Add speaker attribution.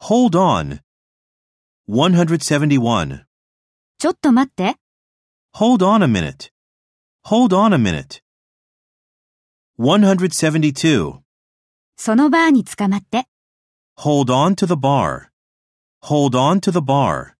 Speaker 1: Hold on. 171.
Speaker 2: ちょっと待って。
Speaker 1: Hold on a minute. Hold on a minute. 172.
Speaker 2: そのバーに捕まって。
Speaker 1: Hold on to the bar. Hold on to the bar.